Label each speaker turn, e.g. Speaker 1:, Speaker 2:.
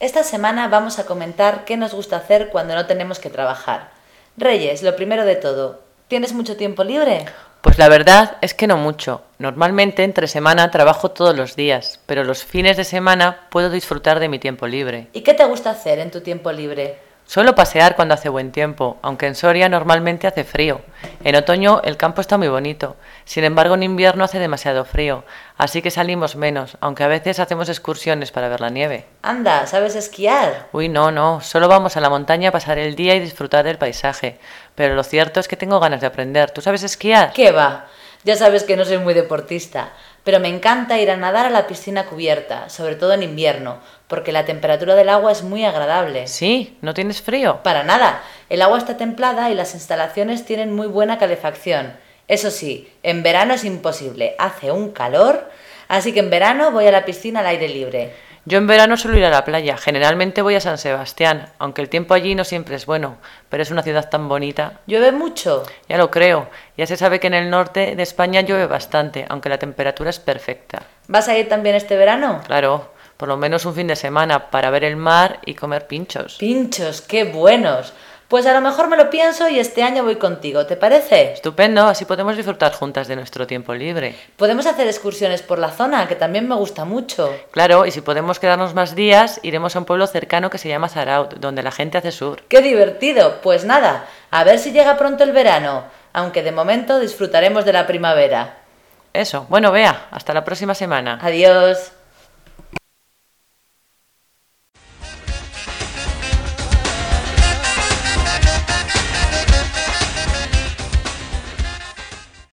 Speaker 1: Esta semana vamos a comentar qué nos gusta hacer cuando no tenemos que trabajar. Reyes, lo primero de todo, ¿tienes mucho tiempo libre?
Speaker 2: Pues la verdad es que no mucho. Normalmente entre semana trabajo todos los días, pero los fines de semana puedo disfrutar de mi tiempo libre.
Speaker 1: ¿Y qué te gusta hacer en tu tiempo libre?
Speaker 2: Suelo pasear cuando hace buen tiempo, aunque en Soria normalmente hace frío. En otoño el campo está muy bonito, sin embargo en invierno hace demasiado frío, así que salimos menos, aunque a veces hacemos excursiones para ver la nieve.
Speaker 1: Anda, ¿sabes esquiar?
Speaker 2: Uy, no, no, solo vamos a la montaña a pasar el día y disfrutar del paisaje, pero lo cierto es que tengo ganas de aprender. ¿Tú sabes esquiar?
Speaker 1: ¿Qué va? Ya sabes que no soy muy deportista, pero me encanta ir a nadar a la piscina cubierta, sobre todo en invierno, porque la temperatura del agua es muy agradable.
Speaker 2: Sí, ¿no tienes frío?
Speaker 1: Para nada, el agua está templada y las instalaciones tienen muy buena calefacción. Eso sí, en verano es imposible, hace un calor, así que en verano voy a la piscina al aire libre.
Speaker 2: Yo en verano suelo ir a la playa, generalmente voy a San Sebastián, aunque el tiempo allí no siempre es bueno, pero es una ciudad tan bonita.
Speaker 1: Llueve mucho.
Speaker 2: Ya lo creo, ya se sabe que en el norte de España llueve bastante, aunque la temperatura es perfecta.
Speaker 1: ¿Vas a ir también este verano?
Speaker 2: Claro, por lo menos un fin de semana para ver el mar y comer pinchos.
Speaker 1: Pinchos, qué buenos. Pues a lo mejor me lo pienso y este año voy contigo, ¿te parece?
Speaker 2: Estupendo, así podemos disfrutar juntas de nuestro tiempo libre.
Speaker 1: Podemos hacer excursiones por la zona, que también me gusta mucho.
Speaker 2: Claro, y si podemos quedarnos más días, iremos a un pueblo cercano que se llama Zaraut, donde la gente hace sur.
Speaker 1: ¡Qué divertido! Pues nada, a ver si llega pronto el verano, aunque de momento disfrutaremos de la primavera.
Speaker 2: Eso, bueno, vea, hasta la próxima semana.
Speaker 1: Adiós.